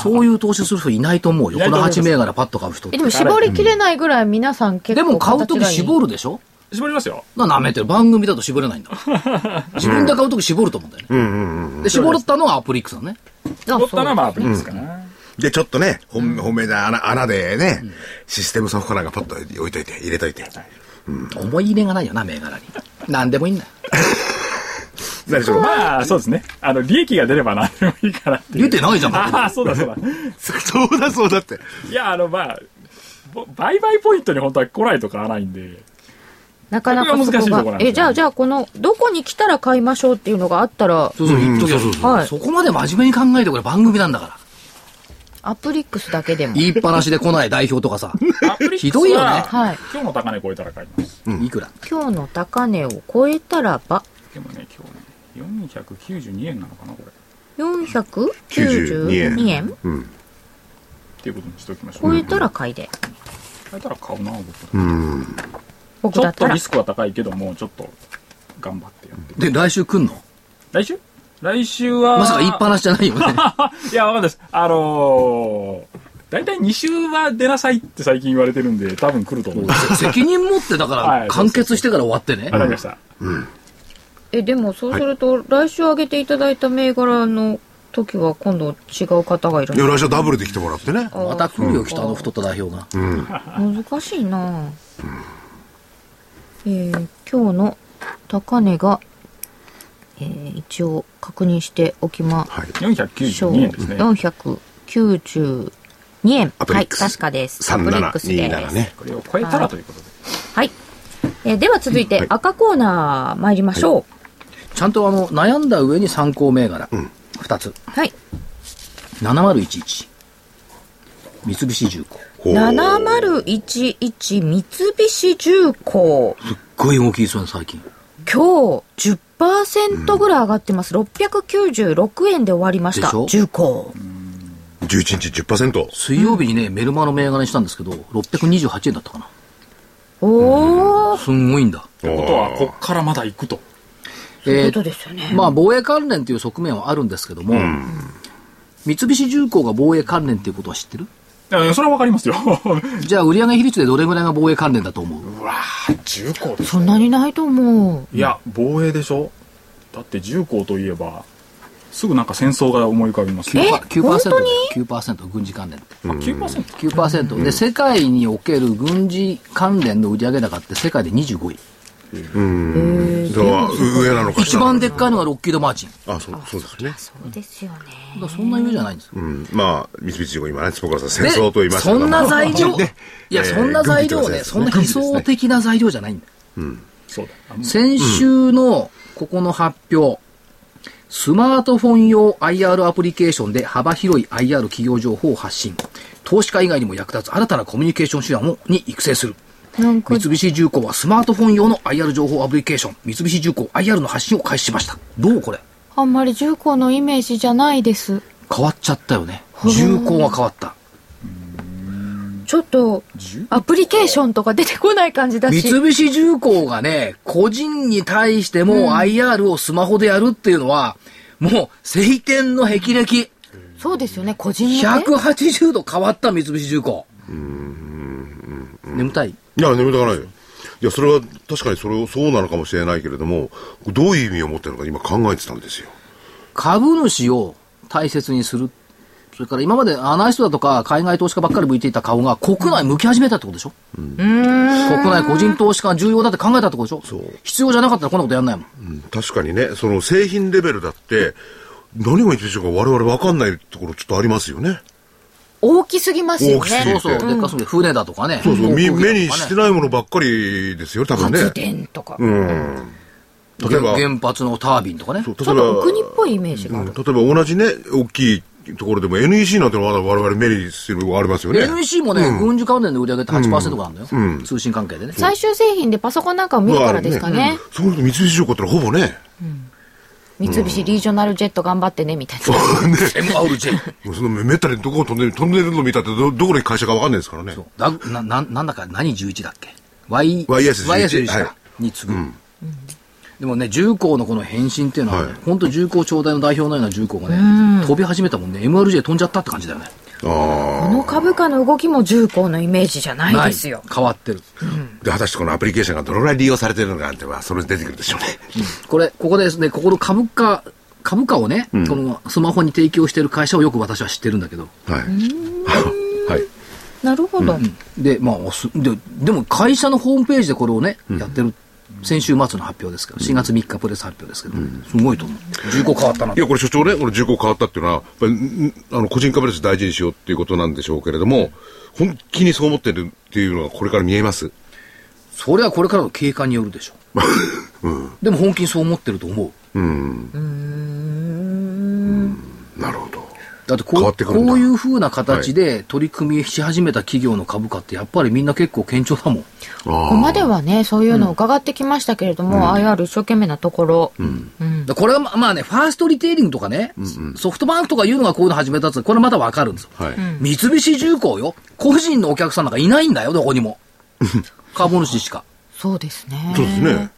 そういう投資する人いないと思うよ
いない
ことの
思います
8銘柄パッと買う人
えでも絞りきれないぐらい皆さん結
で
構
も買う
と
とき絞るでしょ
絞りますよ
な舐めてる番組だと絞れないんだも ん自分で買うとき絞ると思うんだよね、で絞ったのはアプリックスだね
取ったらまあアプリですかね、
で、ちょっとね、本本命で穴穴でね、システムソフトなんかパッと置いといて、入れといて。
思い入れがないよな銘柄に何でもいいんだよ
何しろ、
まあ、そうですね。あの、利益が出れば何でもいいからっていう。
出てないじゃん だって
ああ、そうだそうだ。
そうだそうだって。
いや、あの、まあ、ぼ売買ポイントに本当は来ないと買わないんで。
なかなかそ
これが難しいとこ
こ
な
が
ん。ですよね
え、じゃあ、じゃあ、この、どこに来たら買いましょうっていうのがあったら、
そうそう言っとけよ、
はい
そこまで真面目に考えてこれ番組なんだから
アプリックスだけでも。
言いっぱなしで来ない代表とかさ
アプリックスは
ひどいよね
はい
今日の高値超えたら買います。
いくら
今日の高値を超えたらば、
でもね、今日ね、492円なのかな、これ。っ
492円
うん。
ていうことにしておきましょう。
超えたら買いで。
買えたら買うな、僕は
うん。
僕
ちょ
だ
っ
った
と
ら
リ。スクは高いけども、ちょっと頑張ってやって。
で来週来んの
来週来週は。
まさか言いっぱなしじゃないよね
いや、わかんないです。あのー、大体2週は出なさいって最近言われてるんで、多分来ると思う。わ
せ責任持ってだか
は
ら
い
完結してから終わってね、
かりました。
え、でも、そうすると、来週上げていただいた銘柄の時は、今度違う方がいる
いや、来週はダブルで来てもらってね。
また来るよ、北の太った代表が。
うん。
難しいな、えー今日の高値が、えー一応確認しておきま
はい。
しょう。
492円ですね。
492円。
アプ
は
リッ
い、
クス
確かです。アプリックスで
3727
す。
ね。
これを超えたらということで。
はい。えーでは続いて
い
赤コーナー参りましょう。
ちゃんとあの、悩んだ上に参考銘柄。二つ。
はい。
7011。三菱重工。す
ほう
7011三菱重工。
っごい動きいいそうね、最近。
今日10%ぐらい上がってます。696円で終わりました。
でしょ
重工。
11日10%。
水曜日にね、メルマの銘柄にしたんですけど、628円だったかな。
おー。
すんごいんだ。
ってことは、こっからまだ行くと。
え
こ
ー
とですよね。
まあ、防衛関連という側面はあるんですけども、三菱重工が防衛関連っていうことは知ってる
いやいやそれはわかりますよ。
じゃあ、売上比率でどれぐらいが防衛関連だと思う
重工です
そんなにないと思う。
いや、防衛でしょだって重工といえば、すぐなんか戦争が思い浮かびますよ。
?9%。9%、軍事関連って。
あ ?9%?
9%、で世界における軍事関連の売上高って世界で25位
うん。それは上なのか
一
下な
番
の
でっかいのがロッキード・マーチン。
か。あ、そう、そうですね。
そうですよね。
だからそんな上じゃないんですよ。
うん。まあ、三菱重工今ね、坪川さん戦争と言いましたけ
そ
ど
んな材料、
ね
いや、
えー
そんな材料
軍
ね、そ
事調
ん
整
な
ですね
理想的な材料じゃないんだ。
そうだ。あ
先週のここの発表、スマートフォン用 IR アプリケーションで幅広い IR 企業情報を発信。投資家以外にも役立つ新たなコミュニケーション手段をに育成する。
なんか
三菱重工はスマートフォン用の IR 情報アプリケーション、三菱重工 IR の発信を開始しました。どうこれ
あんまり重工のイメージじゃないです
変わっちゃったよね。重工が変わった。
ちょっと、アプリケーションとか出てこない感じだ
三
し。
菱重工がね、個人に対しても IR をスマホでやるっていうのは、もう、晴天の霹靂。
そうですよね、個人向け。
180度変わった三菱重工。眠たい
いや、眠たかないよ。いや、それは確かにそれをそうなのかもしれないけれども、どういう意味を持ってるのか今考えてたんですよ。
株主を大切にする。それから今までアナリストだとか海外投資家ばっかり向いていた顔が国内向き始めたってことでしょ、国内個人投資家が重要だって考えたってことでしょ必要じゃなかったらこんなことやんないもん。
うん確かにね、その製品レベルだって、何が言ってるか我々分かんないところちょっとありますよね。
大きすぎますよ
大きすぎ
ね
て
そうそう。でっかすぎて船だとかね。
そうそう、み
航空機だとか
目
ね
にしてないものばっかりですよ、多分ね。
発電とか。
うん。例えば、
原発のタービンとかね
そ。う
ちょっとお国っぽいイメージがあ
う
る。
ん例えば同じね、大きいところでも NEC なんてのは我々目にするのがありますよね。
NEC もね、軍事関連の売り上げって8%があるのよ、通信関係でね。
最終製品でパソコンなんかを見るからですかね
そうすると三菱重工ってのはほぼね、
三菱リージョナルジェット頑張ってね、みたいな。
MRJ。
もうそのめったにどこを飛んでる飛んでるの見たってど、どこに会社かわかんないですからね。
だな、な、なんだか、何11だっけ ?Y、
YS11
YS11 か、
は
に次ぐ。でもね、重工のこの変身っていうのは、ね
はい
本当重工長大の代表のような重工がね、飛び始めたもんね、MRJ 飛んじゃったって感じだよね。
あ
この株価の動きも重工のイメージじゃないですよ。
変わってる。
あ。で、果たしてこのアプリケーションがどのぐらい利用されてるのかなんて、まあ、それに出てくるでしょうね。
これ、ここですね、ここの株価、株価をね、このスマホに提供してる会社をよく私は知ってるんだけど、
はい。はい。
なるほど。
で、まあ、すででも会社のホームページでこれをね、やってる、先週末の発表ですけど、4月3日プレス発表ですけど、すごいと思う。重工変わったな。
いや、これ所長ね、これ重工変わったっていうのは、やっぱりんあの個人株主大事にしようっていうことなんでしょうけれども、本気にそう思ってるっていうのがこれから見えます。
それはこれからの経過によるで しょう。でも本気にそう思ってると思う。
なるほど。
だってこ
変わ
う
ってくるんだ
こういうふうな形で取り組みし始めた企業の株価ってやっぱりみんな結構堅調だも
こ
ん。
こまではねそういうのを伺ってきましたけれども、
IR 一生懸命なところ。
だからこれはままあね、ファーストリテイリングとかね、ソフトバンクとかいうのがこういうの始めたってこれまだわかるんですよ。
はい。
三菱重工よ。個人のお客さんなんかいないんだよ、どこに も。株主しか。
そうですね。
そうですね。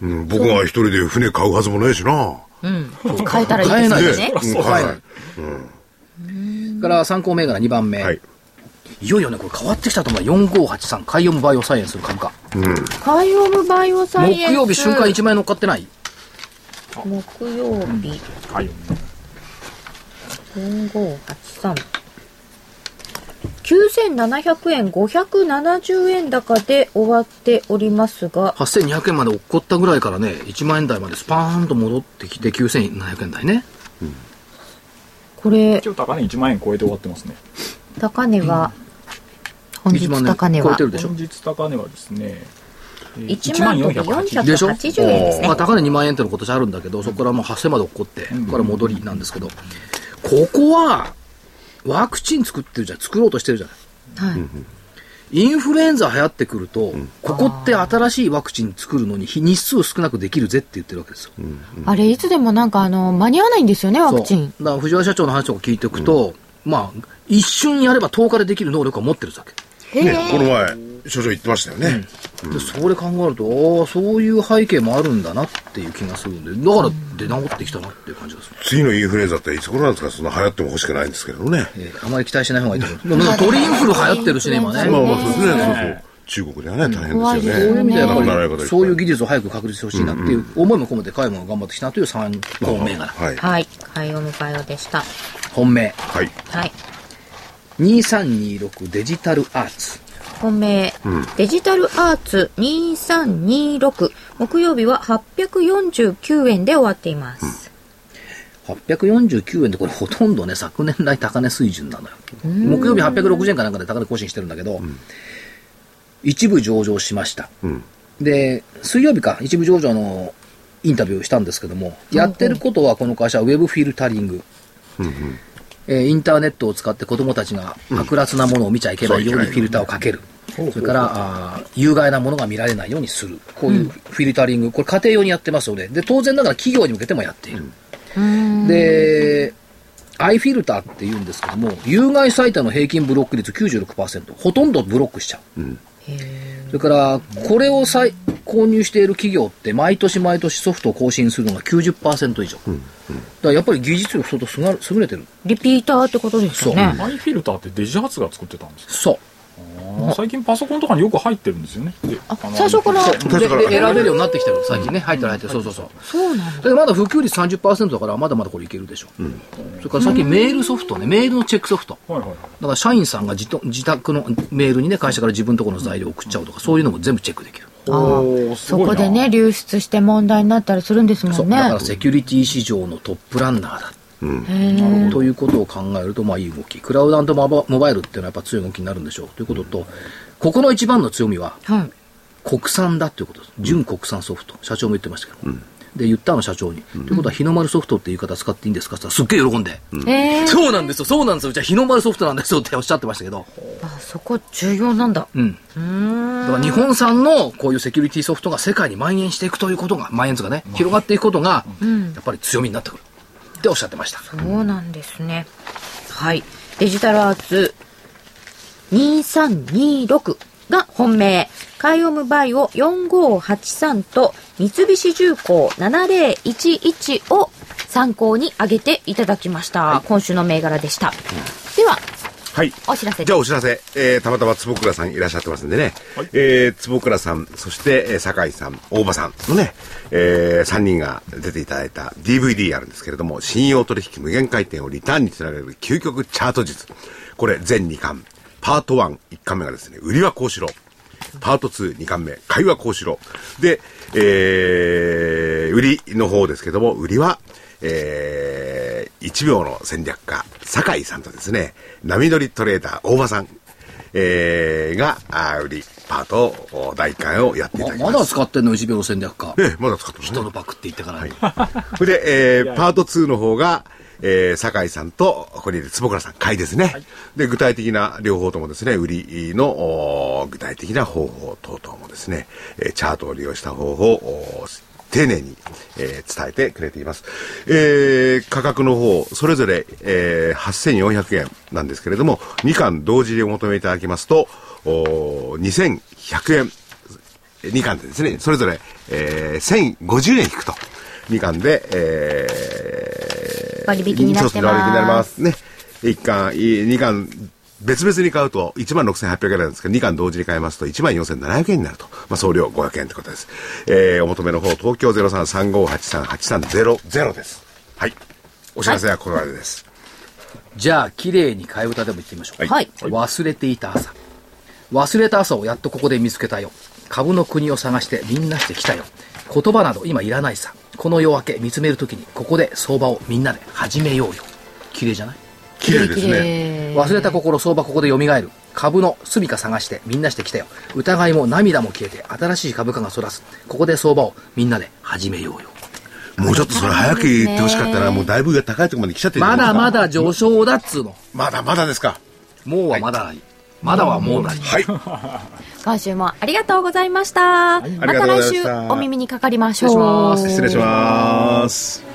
うん、僕が一人で船買うはずもないしな。
変えたらいい
買え
です
ない
よ
です
ね
ね。。
うん買えない。
から参考銘柄2番目。
はいい、
よいよね、これ変わってきたと思うよ。4583、海洋バイオサイエンスの株価。
海洋部バイオサイエンス
木曜日瞬間1万円乗っかってない
木曜日、
はい。
4583。9700円、570円高で終わっておりますが、
8200円まで落っこったぐらいからね1万円台までスパーンと戻ってきて9700円台ね
これ
一、応高値1万円超えて終わってますね。
高値は、本日
1万
高値
円超え
は
て、るでしょ
本日高値はですね、
1万飛び
480
480
でしょ
円ですね
まあ、。高値2万円っての今年あるんだけどそこからもう8000まで落っこってここから戻りなんですけどここはワクチン作ってるじゃん作ろうとしてるじゃない
はい
インフルエンザ流行ってくると、ここって新しいワクチン作るのに日日数少なくできるぜって言ってるわけですよ、
あれいつでもなんかあの間に合わないんですよねワ
そう
クチン
だから藤原社長の話とか聞いておくと、まあ一瞬やれば10日でできる能力は持ってるわけ
ね、この前、所長言ってましたよね。
でそれ考えるとああそういう背景もあるんだなっていう気がするんでだから出直ってきたなっていう感じです、
次のインフルエンザっていつ頃なんですかそんな流行っても欲しくないんですけどね。
えーあまり期待しない方がいいと思うでもなんか鳥インフル流行ってるしね今ね、
まあまあ、そうですね。そうそう。中国ではね、大変で
そ
すよね。
ういう意味ではや
なら
っ
な
ぱ
いこと
りそういう技
術
術を早く確立してほしいなっていう思いも込めて買い物頑張ってきたなという3本銘柄
はい。
はい、海洋迎えようでした。
本命
はい。
はい。
2326デジタルアーツ
本命、デジタルアーツ2326木曜日は849円で終わっています、
849円でこれほとんどね、昨年来高値水準なのよ。木曜日860円かなんかで高値更新してるんだけど、一部上場しました。で、水曜日か、一部上場のインタビューをしたんですけども、やってることはこの会社はウェブフィルタリング。えーインターネットを使って子供たちが悪辣なものを見ちゃいけないようにフィルターをかける。それから、あー有害なものが見られないようにする。こういうフィルタリング、これ家庭用にやってますよね。で、当然ながら企業に向けてもやっている。で、アイフィルターって言うんですけども、有害サイトの平均ブロック率96%、ほとんどブロックしちゃう。それから、これをさい購入している企業って、毎年毎年ソフトを更新するのが90%以上。だからやっぱり技術力相当すが優れてる。
リピーターってことですよね
アイフィルターってデジハツが作ってたんですか
そう。
最近パソコンとかによく入ってるんですよねであの
最初から
でで選べるようになってきてる、最近ね、入ってる、入ってる、そうそうそう。そうなんだ。まだ普及率30%だから、まだまだこれいけるでしょ。それから最近メールソフトね、メールのチェックソフト。
はいはいはい
だから社員さんが自と自宅のメールにね、会社から自分のところの材料を送っちゃうとか、そういうのも全部チェックできる。
おーす
そ
ごいな
こでね流出して問題になったりするんですも
そ
ん
う。
ね
だからセキュリティ市場のトップランナーだ。ということを考えると、まあいい動き。クラウドモバモバイルっていうのはやっぱ強い動きになるんでしょう。ということと、ここの一番の強みは、
はい
国産だということです、純国産ソフト、社長も言ってましたけど、で言ったの社長に、ということは日の丸ソフトっていう言い方使っていいんですかって言ったら、すっげえ喜んで、
えー、
そうなんですよ、そうなんですよ、うちは日の丸ソフトなんですよっておっしゃってましたけど、
あそこ重要なんだ
うん、だから日本産のこういうセキュリティソフトが世界に蔓延していくということが、蔓延図がね、広がっていくことが、やっぱり強みになってくるっておっしゃってました。
そうなんですね。はい。デジタルアーツ2326が本命。カイオムバイオ4583と三菱重工7011を参考に挙げていただきました。今週の銘柄でした。では、
はい。
お知らせ
じ
で
ゃあ
す。
お知らせ、えー、たまたま坪倉さんいらっしゃってますんでね、えー坪倉さん、そして、えー酒井さん、大場さんのね、え3人が出ていただいた DVD あるんですけれども、信用取引無限回転をリターンにつなげる究極チャート術。これ、全2巻。パート1、1巻目がですね、売りはこうしろ。パート2、2巻目、会話こうしろ。で、えー売りの方ですけども、売りは、えー、1秒の戦略家、酒井さんとですね、波乗りトレーダー、大場さん、えーが、あー売り、パート、お第1巻をやっていただき
ま
ます。
まだ使ってんの、1秒戦略か。
ええまだ使ってますね
人のバックって言ってから、
それで、えーパート2の方が、えー酒井さんと、ここにいる坪倉さん、買いですね。で、具体的な、両方ともですね、売りの、おー具体的な方法等々もですね、えーチャートを利用した方法を、おー丁寧に、えー伝えてくれています。えー価格の方、それぞれ、えー8400円なんですけれども、2巻同時でお求めいただきますと、おー2100円2巻でですね、それぞれ、えー、1050円引くと。2巻で、えー、
割引になってます
そうそう割引になります。ね。1巻、い2巻、別々に買うと16,800円なんですけど、2巻同時に買いますと14,700円になると。まあ、送料500円ということです。えー、お求めの方、東京0335838300です。はい。お知らせはこれまでです。
じゃあ、綺麗に替え歌でもいってみましょう。
はい
忘れていた朝。忘れた朝をやっとここで見つけたよ。株の国を探してみんなしてきたよ。言葉など今いらないさ。この夜明け見つめるときに、ここで相場をみんなで始めようよ。綺麗じゃない
綺麗ですね。
忘れた心相場ここで蘇る株の住処探してみんなしてきたよ疑いも涙も消えて新しい株価がそらすここで相場をみんなで始めようよ
もうちょっとそれ早く言ってほしかったら、もうだいぶ高いところまで来ちゃってるじゃな
ま
いです
だ
か
ま。だ上昇だっつうの
まだまだですか。
もうはまだない、まだはもうない
はい。
今週もありがとうございました。ま
ありが
た
とうご
来
ざいまし
週
た
お耳にかかりましょう。
失礼します
失礼します。